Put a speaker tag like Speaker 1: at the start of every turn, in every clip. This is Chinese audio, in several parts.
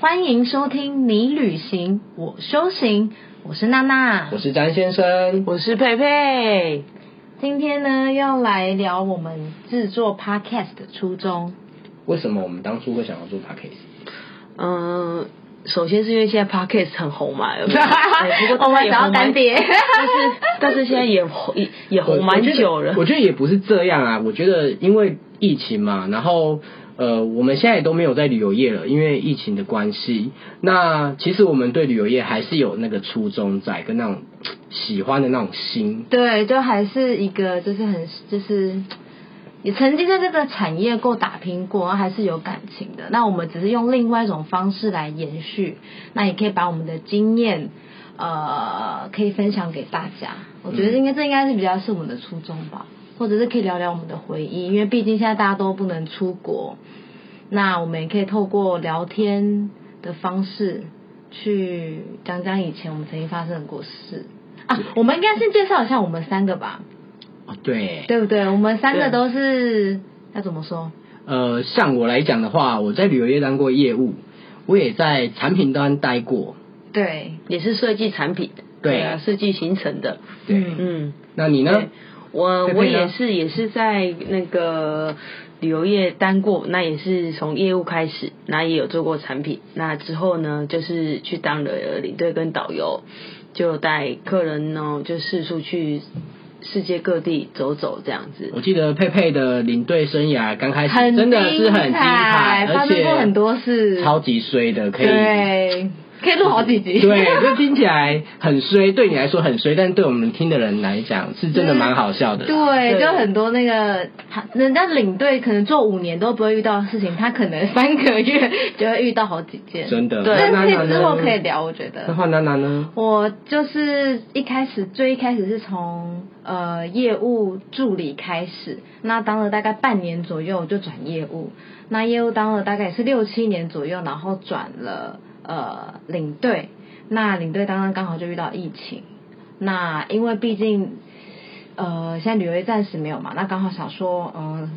Speaker 1: 欢迎收听你旅行我修行，我是娜娜
Speaker 2: 我。是詹先生，
Speaker 3: 我是佩佩，
Speaker 1: 今天呢，要来聊我们制作 podcast 的初衷。
Speaker 2: 为什么我们当初会想要做 podcast？
Speaker 3: 嗯，首先是因为现在 podcast 很 红嘛，有没有哎不过
Speaker 1: 我们想要单点，
Speaker 3: 但是但是现在也红也也红蛮久
Speaker 2: 我觉
Speaker 3: 了
Speaker 2: 得。我觉得也不是这样啊，我觉得因为疫情嘛，然后呃，我们现在也都没有在旅游业了，因为疫情的关系。那其实我们对旅游业还是有那个初衷在，跟那种喜欢的那种心。
Speaker 1: 对，就还是一个就是很就是。也曾经在这个产业过打拼过，然后还是有感情的。那我们只是用另外一种方式来延续，那也可以把我们的经验，呃，可以分享给大家。我
Speaker 2: 嗯
Speaker 1: 觉得应该、这应该是比较是我们的初衷吧，或者是可以聊聊我们的回忆，因为毕竟现在大家都不能出国，那我们也可以透过聊天的方式去讲讲以前我们曾经发生过的事啊。我们应该先介绍一下我们三个吧，
Speaker 2: 哦，对，
Speaker 1: 对不对？我们三个都是要怎么说？
Speaker 2: 呃，像我来讲的话，我在旅游业当过业务，我也在产品端待过。
Speaker 1: 对，
Speaker 3: 也是设计产品的，
Speaker 2: 对
Speaker 3: 啊，设计行程的，
Speaker 2: 对，
Speaker 1: 嗯
Speaker 3: 嗯，
Speaker 2: 那你呢
Speaker 3: 对？我
Speaker 2: 佩佩呢
Speaker 3: 我也是也是在那个旅游业单过，那也是从业务开始，那也有做过产品，那之后呢就是去当了领队跟导游，就带客人呢就四处去世界各地走走这样子。
Speaker 2: 我记得佩佩的领队生涯刚开始
Speaker 1: 很
Speaker 2: 真的是很精
Speaker 1: 彩，发
Speaker 2: 而
Speaker 1: 生
Speaker 2: 且
Speaker 1: 过很多事，
Speaker 2: 超级衰的，可以
Speaker 1: 对，可以录好几集。
Speaker 2: 对，就听起来很衰，对你来说很衰，但对我们听的人来讲是真的蛮好笑的。
Speaker 1: 对，
Speaker 3: 对
Speaker 1: 就很多那个，他人家领队可能做五年都不会遇到的事情，他可能三个月就会遇到好几件。
Speaker 2: 真的。
Speaker 3: 对
Speaker 1: 但
Speaker 2: 那
Speaker 1: 是
Speaker 2: 娜娜
Speaker 1: 之后
Speaker 2: 呢
Speaker 1: 可以。聊，我觉
Speaker 2: 那
Speaker 1: 得。
Speaker 2: 换娜娜呢？
Speaker 1: 我就是一开始最一开始是从呃业务助理开始，那当了大概半年左右就转业务，那业务当了大概也是六七年左右，然后转了呃领队，那领队当然刚好就遇到疫情，那因为毕竟呃，现在旅游业暂时没有嘛，那刚好想说，嗯、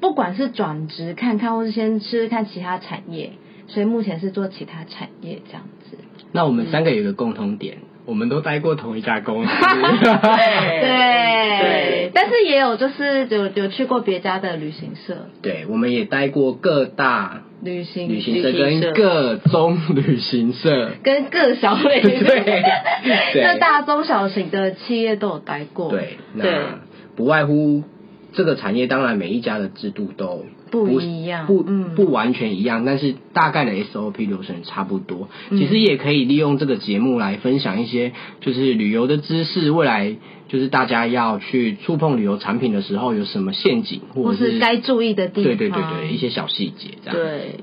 Speaker 1: 不管是转职看看，或是先试试看其他产业，所以目前是做其他产业这样子。
Speaker 2: 那我们三个有一个共同点，我们都待过同一家公司。
Speaker 3: 对对
Speaker 1: 但是也有就是有有去过别家的旅行社，
Speaker 2: 对，我们也待过各大
Speaker 1: 旅行
Speaker 2: 旅行社
Speaker 3: 旅
Speaker 2: 跟
Speaker 3: 行社
Speaker 2: 各中旅行社。
Speaker 1: 跟各小类
Speaker 2: 对对
Speaker 1: 那大中小型的企业都有待过，，
Speaker 2: 对，
Speaker 3: 对
Speaker 2: 那不外乎这个产业，当然每一家的制度都
Speaker 1: 不一样
Speaker 2: 不
Speaker 1: 嗯
Speaker 2: 不完全一样，但是大概的 SOP 流程差不多。
Speaker 1: 嗯
Speaker 2: 其实也可以利用这个节目来分享一些就是旅游的知识，未来就是大家要去触碰旅游产品的时候有什么陷阱，
Speaker 1: 或
Speaker 2: 或者
Speaker 1: 是该注意的地方，
Speaker 2: 对对对对一些小细节这样。
Speaker 3: 对，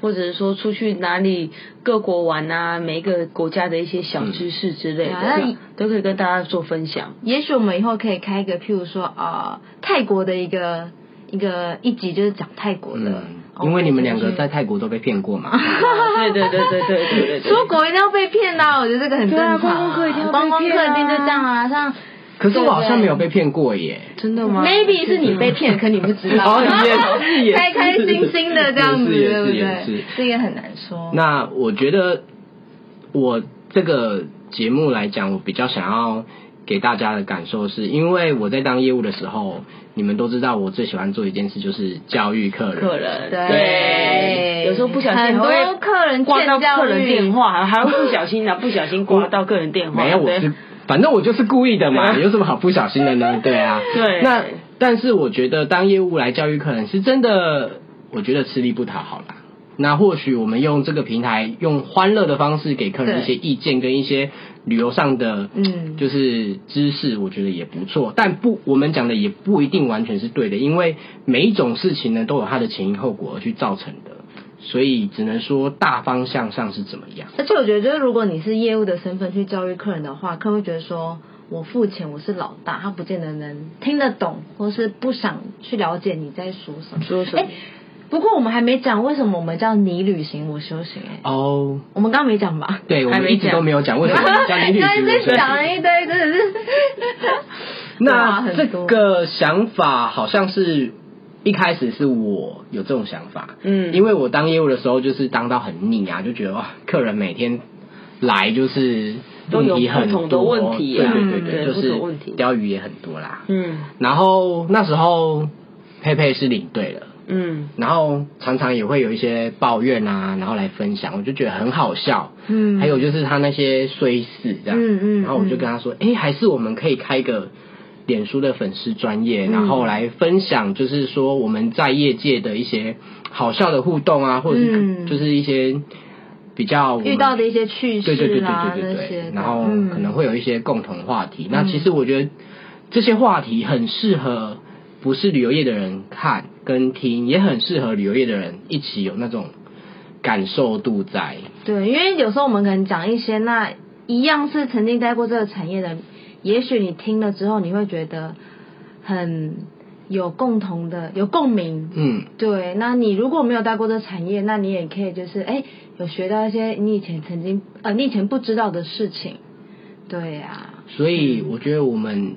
Speaker 3: 或者是说出去哪里各国玩啊，每一个国家的一些小知识之类的，
Speaker 1: 嗯对啊
Speaker 3: 都可以跟大家做分享。
Speaker 1: 也许我们以后可以开一个，譬如说啊、呃泰国的一个一个一集，就是讲泰国的。
Speaker 2: 嗯，因为你们两个在
Speaker 1: 哦
Speaker 2: 泰国都被骗过 嘛。
Speaker 3: 对对对对对对对对。
Speaker 1: 出国一定要被骗的、我觉得这个很正常、
Speaker 3: 对啊观光客一定要被
Speaker 1: 观光客
Speaker 3: 骗啊
Speaker 1: 一定就这样啊，像
Speaker 2: 可是我好像没有被骗过耶。
Speaker 3: 真的吗
Speaker 1: maybe 是你被骗，可你不知道，
Speaker 2: 哦也是也是
Speaker 1: 开开心心的这样子，
Speaker 2: 也是
Speaker 1: 对不
Speaker 2: 也是也
Speaker 1: 对
Speaker 2: 是？
Speaker 1: 这也很难说。
Speaker 2: 那我觉得我这个节目来讲，我比较想要给大家的感受是，因为我在当业务的时候，你们都知道我最喜欢做一件事就是教育客人。
Speaker 3: 客人
Speaker 1: 对
Speaker 3: 有时候不小心还
Speaker 1: 很多
Speaker 3: 会
Speaker 1: 客人
Speaker 3: 挂到
Speaker 1: 欠教育
Speaker 3: 客人电话，还会不小心啊，不 小心挂到客人电话。
Speaker 2: 没有，我
Speaker 3: 对
Speaker 2: 是反正我就是故意的嘛，
Speaker 3: 对啊
Speaker 2: 有什么好不小心的 呢？对啊，
Speaker 3: 对
Speaker 2: 那但是我觉得当业务来教育客人是真的，我觉得吃力不讨好啦。那或许我们用这个平台，用欢乐的方式给客人
Speaker 1: 对
Speaker 2: 一些意见跟一些旅游上的
Speaker 1: 嗯
Speaker 2: 就是知识，我觉得也不错。但不，我们讲的也不一定完全是对的，因为每一种事情呢都有它的前因后果而去造成的，所以只能说大方向上是怎么样。
Speaker 1: 而且我觉得，就是如果你是业务的身份去教育客人的话，客人会觉得说我付钱，我是老大，他不见得能听得懂，或是不想去了解你在说什么。
Speaker 3: 说什么
Speaker 1: 哎？不过我们还没讲为什么我们叫你旅行我修行哎、
Speaker 2: 哦、
Speaker 1: 我们刚刚没讲吧？
Speaker 2: 对，我
Speaker 3: 还
Speaker 2: 们
Speaker 3: 没
Speaker 2: 一直
Speaker 3: 讲
Speaker 2: 都没有讲为什么 我们叫 你旅行
Speaker 1: 一
Speaker 2: 的
Speaker 1: 堆
Speaker 2: 时
Speaker 1: 讲
Speaker 2: 候。
Speaker 1: 了一堆，真的是哇
Speaker 2: 那
Speaker 1: 很
Speaker 2: 这
Speaker 1: 多
Speaker 2: 个想法好像是一开始是我有这种想法，
Speaker 3: 嗯
Speaker 2: 因为我当业务的时候就是当到很腻啊，就觉得哇，客人每天来就是
Speaker 3: 都有
Speaker 2: 问题很
Speaker 3: 不同
Speaker 2: 多，
Speaker 3: 的问题啊
Speaker 2: 对
Speaker 1: 嗯
Speaker 2: 对对
Speaker 3: 对
Speaker 2: 就
Speaker 3: 不
Speaker 2: 是
Speaker 3: 同问题
Speaker 2: 钓鱼也很多啦。
Speaker 3: 嗯
Speaker 2: 然后那时候佩佩是领队了。
Speaker 3: 嗯
Speaker 2: 然后常常也会有一些抱怨啊，然后来分享，我就觉得很好笑。
Speaker 1: 嗯
Speaker 2: 还有就是他那些虽事这样，
Speaker 1: 嗯嗯
Speaker 2: 然后我就跟他说，哎、还是我们可以开个脸书的粉丝专业，
Speaker 1: 嗯
Speaker 2: 然后来分享，就是说我们在业界的一些好笑的互动啊，或者是
Speaker 1: 嗯
Speaker 2: 就是一些比较我们
Speaker 1: 遇到的一些趣
Speaker 2: 对对对
Speaker 1: 事
Speaker 2: 对
Speaker 1: 啦，
Speaker 2: 对
Speaker 1: 那
Speaker 2: 对
Speaker 1: 些嗯
Speaker 2: 对
Speaker 1: 的，，
Speaker 2: 然后可能
Speaker 1: 嗯
Speaker 2: 会有一些共同话题。那其实我觉得这些话题很适合不是旅游业的人看跟听，也很适合旅游业的人一起有那种感受度在。
Speaker 1: 对，因为有时候我们可能讲一些那一样是曾经待过这个产业的，也许你听了之后你会觉得很有共同的有共鸣。
Speaker 2: 嗯，
Speaker 1: 对，那你如果没有待过这产业，那你也可以就是哎，有学到一些你以前曾经呃你以前不知道的事情。对啊呀、
Speaker 2: 所以我觉得我们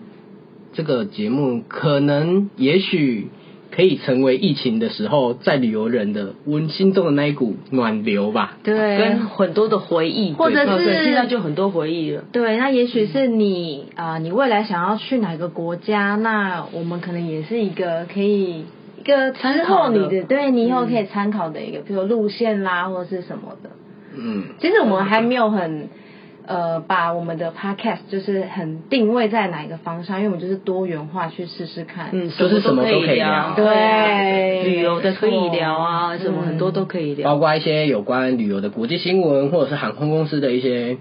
Speaker 2: 这个节目可能也许。可以成为疫情的时候，在旅游人的温心中的那一股暖流吧。
Speaker 1: 对
Speaker 3: 跟，很多的回忆，
Speaker 1: 或者
Speaker 3: 对对
Speaker 1: 是
Speaker 3: 现在就很多回忆了。
Speaker 1: 对，那也许是你啊、呃你未来想要去哪个国家，那我们可能也是一个可以一个之后你
Speaker 3: 参考的
Speaker 1: 对你以后可以参考的一个，比如说路线啦，或者是什么的。
Speaker 2: 嗯，
Speaker 1: 其实我们还没有很呃，把我们的 podcast 就是很定位在哪一个方向，因为我们就是多元化去试试看。
Speaker 3: 嗯，
Speaker 2: 就是什么
Speaker 3: 么
Speaker 2: 都可以聊
Speaker 3: 聊，
Speaker 1: 对
Speaker 3: 旅游的
Speaker 1: 没
Speaker 3: 可以
Speaker 1: 错
Speaker 3: 聊啊，什么
Speaker 1: 嗯
Speaker 3: 很多都可以聊
Speaker 2: 包。括一些有关旅游的国际新闻，或者是航空公司的一些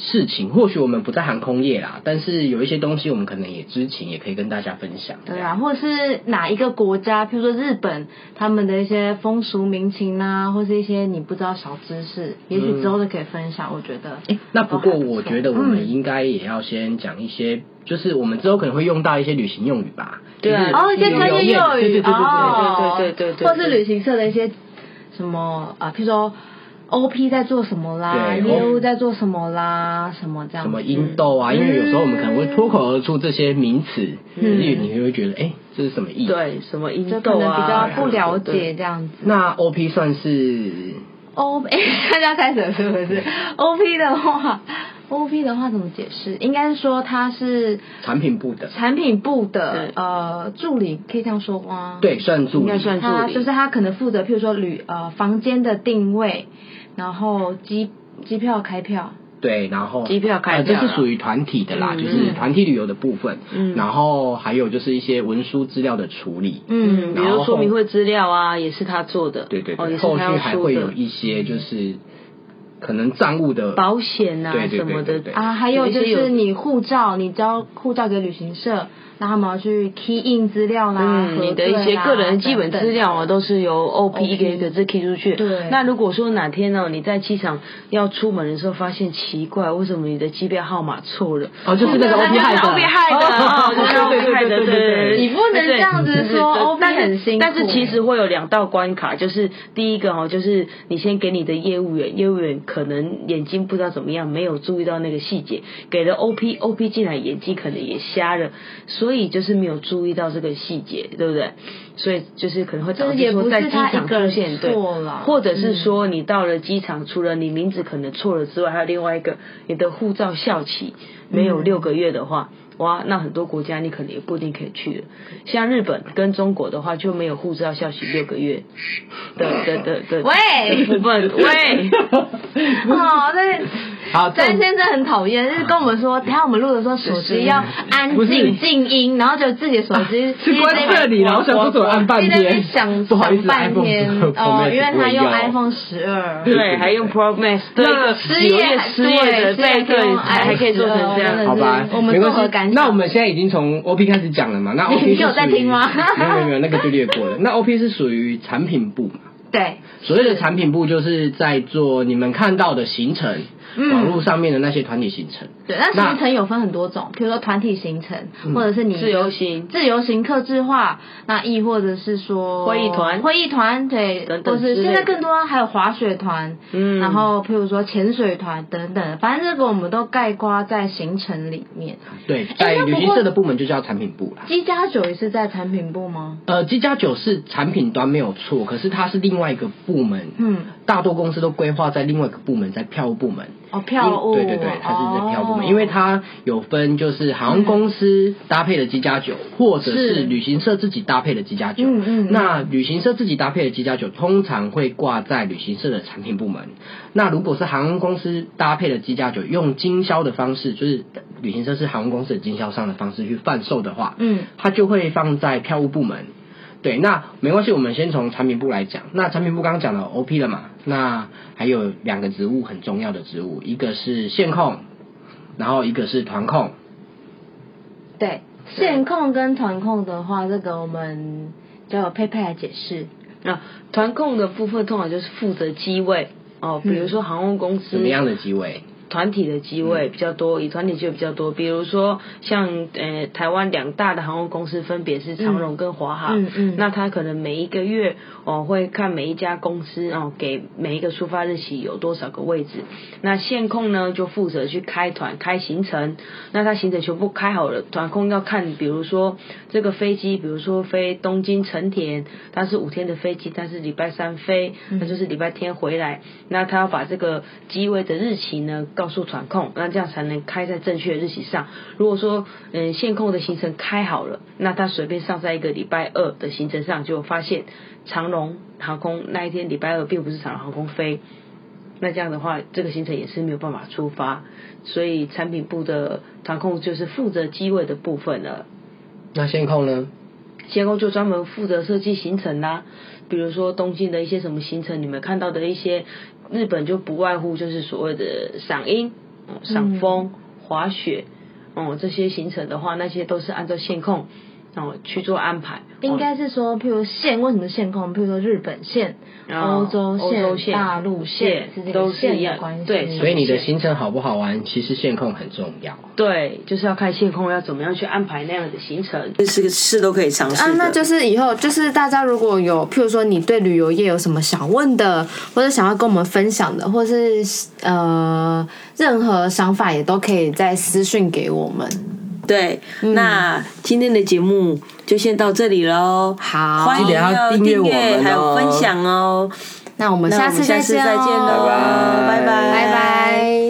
Speaker 2: 事情。或许我们不在航空业啦，但是有一些东西我们可能也知情，也可以跟大家分享。
Speaker 1: 对啊，或者是哪一个国家，譬如说日本，他们的一些风俗民情啊，或是一些你不知道小知识，也许之后都可以分享。我觉得，
Speaker 2: 那不过
Speaker 1: 都还错
Speaker 2: 我觉得我们应该也要先讲一些，就是我们之后可能会用到一些旅行用语吧。
Speaker 3: 对
Speaker 2: 就
Speaker 3: 啊
Speaker 2: 是
Speaker 1: 哦，一些专业用
Speaker 2: 对对对对对
Speaker 1: 语
Speaker 2: 对
Speaker 1: 哦，
Speaker 3: 对对对对对
Speaker 1: 或是旅行社的一些什么啊，譬如说 OP 在做什么啦，
Speaker 2: 对
Speaker 1: 业
Speaker 2: O-
Speaker 1: 务在做什么啦，什么这样
Speaker 2: 什
Speaker 1: 子
Speaker 2: 么音豆啊，
Speaker 3: 嗯
Speaker 2: 因为有时候我们可能会脱口而出这些名词，可是你就会觉得，哎、这是什么意思？
Speaker 3: 对，什么
Speaker 1: 就
Speaker 3: 英
Speaker 1: 可
Speaker 3: 豆
Speaker 1: 能比
Speaker 3: 啊，
Speaker 1: 较不了
Speaker 3: 对
Speaker 1: 解。这样子。
Speaker 2: 那 OP 算是
Speaker 1: O 哎、 大家开始了是不是？O P 的话，O P 的话怎么解释？应该是说它是
Speaker 2: 产品部的，
Speaker 1: 产品部的
Speaker 3: 对
Speaker 1: 呃助理，可以这样说吗？，
Speaker 2: 对，算助理，
Speaker 3: 应该算
Speaker 1: 他
Speaker 3: 助理
Speaker 1: 就是他可能负责，譬如说旅呃房间的定位，然后机机票开票，
Speaker 2: 对，然后
Speaker 3: 机票开
Speaker 2: 呃
Speaker 3: 票啦
Speaker 2: 这是属于团体的啦，
Speaker 3: 嗯
Speaker 2: 就是团体旅游的部分。
Speaker 3: 嗯
Speaker 2: 然后还有就是一些文书资料的处理。
Speaker 3: 嗯，比
Speaker 2: 然后
Speaker 3: 如
Speaker 2: 后
Speaker 3: 说明会资料啊，也是他做的。
Speaker 2: 对对
Speaker 3: 哦，
Speaker 2: 对，
Speaker 3: 也是
Speaker 2: 后续
Speaker 3: 他要
Speaker 2: 还
Speaker 3: 出
Speaker 2: 会有
Speaker 3: 的。
Speaker 2: 一些就是可能账务的
Speaker 3: 保险啊
Speaker 2: 对对对
Speaker 3: 什么
Speaker 2: 对
Speaker 3: 的
Speaker 2: 对对
Speaker 1: 啊，还有
Speaker 3: 有一
Speaker 1: 就
Speaker 3: 些
Speaker 1: 是
Speaker 3: 有
Speaker 1: 你护照，你交护照给旅行社，那他们要去 key in 资料啦，
Speaker 3: 嗯，
Speaker 1: 啊核
Speaker 3: 你的一
Speaker 1: 对
Speaker 3: 些
Speaker 1: 啦
Speaker 3: 个人基本
Speaker 1: 等等
Speaker 3: 资料啊，都是由 OP 一个一个字 key 出去。
Speaker 1: 对
Speaker 3: 那如果说哪天呢、你在机场要出门的时候，发现奇怪，为什么你的机票号码错了？
Speaker 2: 哦，就是那个 OP 害的
Speaker 3: 就是 OP 害的，哦就是 OP 害的，
Speaker 2: 对对对对对
Speaker 3: 对。
Speaker 1: 你不能这样子说
Speaker 3: 对对
Speaker 1: OP
Speaker 3: 但是
Speaker 1: 很辛苦
Speaker 3: 但是其实会有两道关卡，就是第一个哦，就是你先给你的业务员，业务员可能眼睛不知道怎么样，没有注意到那个细节，给了 OP，OP 进来眼睛可能也瞎了，所以就是没有注意到这个细节，对不对？所以就是可能会导
Speaker 1: 就是也
Speaker 3: 致
Speaker 1: 不是
Speaker 3: 说在机
Speaker 1: 他一
Speaker 3: 场
Speaker 1: 个人
Speaker 3: 出现对，
Speaker 1: 错嗯啦
Speaker 3: 或者是说你到了机场，除了你名字可能错了之外，还有另外一个你的护照效期没
Speaker 1: 嗯
Speaker 3: 有六个月的话，哇，那很多国家你可能也不一定可以去了。像日本跟中国的话就没有护照效期六个月的的的的
Speaker 1: 喂
Speaker 3: 的 部分，喂，
Speaker 1: 哦，对。
Speaker 2: 好，啊这啊
Speaker 1: 詹先生很讨厌，就是跟我们说，等一下我们录的时候手机要安
Speaker 2: 不是啊
Speaker 1: 静静音，然后就自己的手机
Speaker 2: 是关这里，然后想说怎么按半
Speaker 1: 在那边
Speaker 2: 天，
Speaker 1: 想
Speaker 2: 不好意
Speaker 1: 想
Speaker 2: 思
Speaker 1: 半
Speaker 2: ，iPhone
Speaker 1: 天
Speaker 2: 10 Pro
Speaker 1: 哦，
Speaker 2: Max
Speaker 1: 因为他用
Speaker 2: 不一样
Speaker 1: iPhone 十 二，
Speaker 3: 对，还用 Pro Max，对，一个
Speaker 1: 失业
Speaker 3: 有点失业
Speaker 1: 对
Speaker 3: 的，对
Speaker 1: 失业
Speaker 3: 对，
Speaker 1: 用
Speaker 3: 还还可以做成这样
Speaker 1: 真的是，
Speaker 2: 好吧，
Speaker 1: 我们
Speaker 2: 没
Speaker 1: 综合
Speaker 2: 关
Speaker 1: 感
Speaker 2: 系。
Speaker 1: 想
Speaker 2: 那我们现在已经从 OP 开始讲 了嘛？那 OP
Speaker 1: 你
Speaker 2: 是
Speaker 1: 有在
Speaker 2: 属于
Speaker 1: 听吗
Speaker 2: 没有没有没有，那个就略过了。那 OP 是属于产品部嘛？
Speaker 1: 对，
Speaker 2: 所谓的产品部就是在做你们看到的行程，
Speaker 1: 嗯
Speaker 2: 网络上面的那些团体行程。
Speaker 1: 对，那行程有分很多种，比如说团体行程，
Speaker 2: 嗯
Speaker 1: 或者是你
Speaker 3: 自由行
Speaker 1: 自由行客制化，那亦或者是说
Speaker 3: 会议团
Speaker 1: 会议团对，
Speaker 3: 等等
Speaker 1: 或是
Speaker 3: 之类
Speaker 1: 现在
Speaker 3: 的
Speaker 1: 更多啊还有滑雪团，
Speaker 3: 嗯
Speaker 1: 然后譬如说潜水团等等，反正这个我们都概括在行程里面。
Speaker 2: 对，
Speaker 1: 哎
Speaker 2: 在
Speaker 1: 那不
Speaker 2: 旅
Speaker 1: 过
Speaker 2: 行社的部门就叫产品部啦。
Speaker 1: 鸡加酒也是在产品部吗？
Speaker 2: 呃，机加酒是产品端没有错，可是它是另外一个部门，
Speaker 1: 嗯，
Speaker 2: 大多公司都规划在另外一个部门，在票务部门。
Speaker 1: 哦，票务，
Speaker 2: 因对对对，它是在票务部门，
Speaker 1: 哦
Speaker 2: 因为它有分就是航空公司搭配的机加酒，或者
Speaker 1: 是
Speaker 2: 是旅行社自己搭配的机加酒。
Speaker 1: 嗯嗯
Speaker 2: 那旅行社自己搭配的机加酒通常会挂在旅行社的产品部门。那如果是航空公司搭配的机加酒，用经销的方式，就是旅行社是航空公司的经销商的方式去贩售的话，
Speaker 1: 嗯
Speaker 2: 它就会放在票务部门。对，那没关系，我们先从产品部来讲。那产品部刚刚讲了 OP 了嘛，那还有两个职务很重要的职务，一个是线控，然后一个是团控。
Speaker 1: 对线控跟团控的话，这个我们叫佩佩来解释。
Speaker 3: 啊，团控的部分通常就是负责机位哦，比如
Speaker 1: 嗯
Speaker 3: 说航空公司
Speaker 2: 什么样的机位？
Speaker 3: 团体的机位比较多，以团体机位比较多。比如说像呃台湾两大的航空公司分别是长荣跟华航，
Speaker 1: 嗯嗯
Speaker 3: 那他可能每一个月哦会看每一家公司哦给每一个出发日期有多少个位置，那线控呢就负责去开团开行程，那他行程全部开好了，团控要看比如说这个飞机，比如说飞东京成田，它是五天的飞机，它是礼拜三飞，那就是礼拜天回来，那他要把这个机位的日期呢告诉团控，那这样才能开在正确的日期上。如果说嗯线控的行程开好了，那他随便上在一个礼拜二的行程上，就发现长龙航空那一天礼拜二并不是长龙航空飞。那这样的话，这个行程也是没有办法出发，所以产品部的团控就是负责机位的部分了。
Speaker 2: 那线控呢？
Speaker 3: 监工就专门负责设计行程啦、比如说东京的一些什么行程，你们看到的一些日本就不外乎就是所谓的赏樱、哦赏
Speaker 1: 嗯
Speaker 3: 枫、滑雪，哦、这些行程的话，那些都是按照线控哦去做安排。
Speaker 1: 应
Speaker 3: 哦
Speaker 1: 该是说，譬如线为什么线控？譬如说日本线、欧洲
Speaker 3: 哦欧洲
Speaker 1: 线、
Speaker 3: 线
Speaker 1: 大陆线，
Speaker 3: 线
Speaker 1: 这个
Speaker 3: 都是
Speaker 1: 线
Speaker 3: 一样
Speaker 1: 的关系。
Speaker 3: 对
Speaker 2: 所以你的行程好不好玩，其实线控很重要。
Speaker 3: 对，就是要看线控要怎么样去安排那样的行程，这是个事都可以尝试
Speaker 4: 啊，那就是以后就是大家如果有，譬如说你对旅游业有什么想问的，或者想要跟我们分享的，或是呃任何想法，也都可以再私讯给我们。
Speaker 5: 对，那今天的节目就先到这里喽。
Speaker 4: 好
Speaker 5: 欢
Speaker 2: 记
Speaker 5: 迎
Speaker 2: 得要
Speaker 5: 要
Speaker 2: 订阅
Speaker 5: 订
Speaker 2: 我们
Speaker 5: 阅，
Speaker 2: 哦
Speaker 5: 还有分享哦。
Speaker 4: 那我们
Speaker 5: 那
Speaker 4: 下
Speaker 5: 我们
Speaker 4: 次
Speaker 5: 下
Speaker 4: 再
Speaker 5: 次
Speaker 4: 见
Speaker 5: 再见
Speaker 4: 哦，
Speaker 5: 喽，
Speaker 2: 拜拜
Speaker 5: 拜
Speaker 4: 拜拜。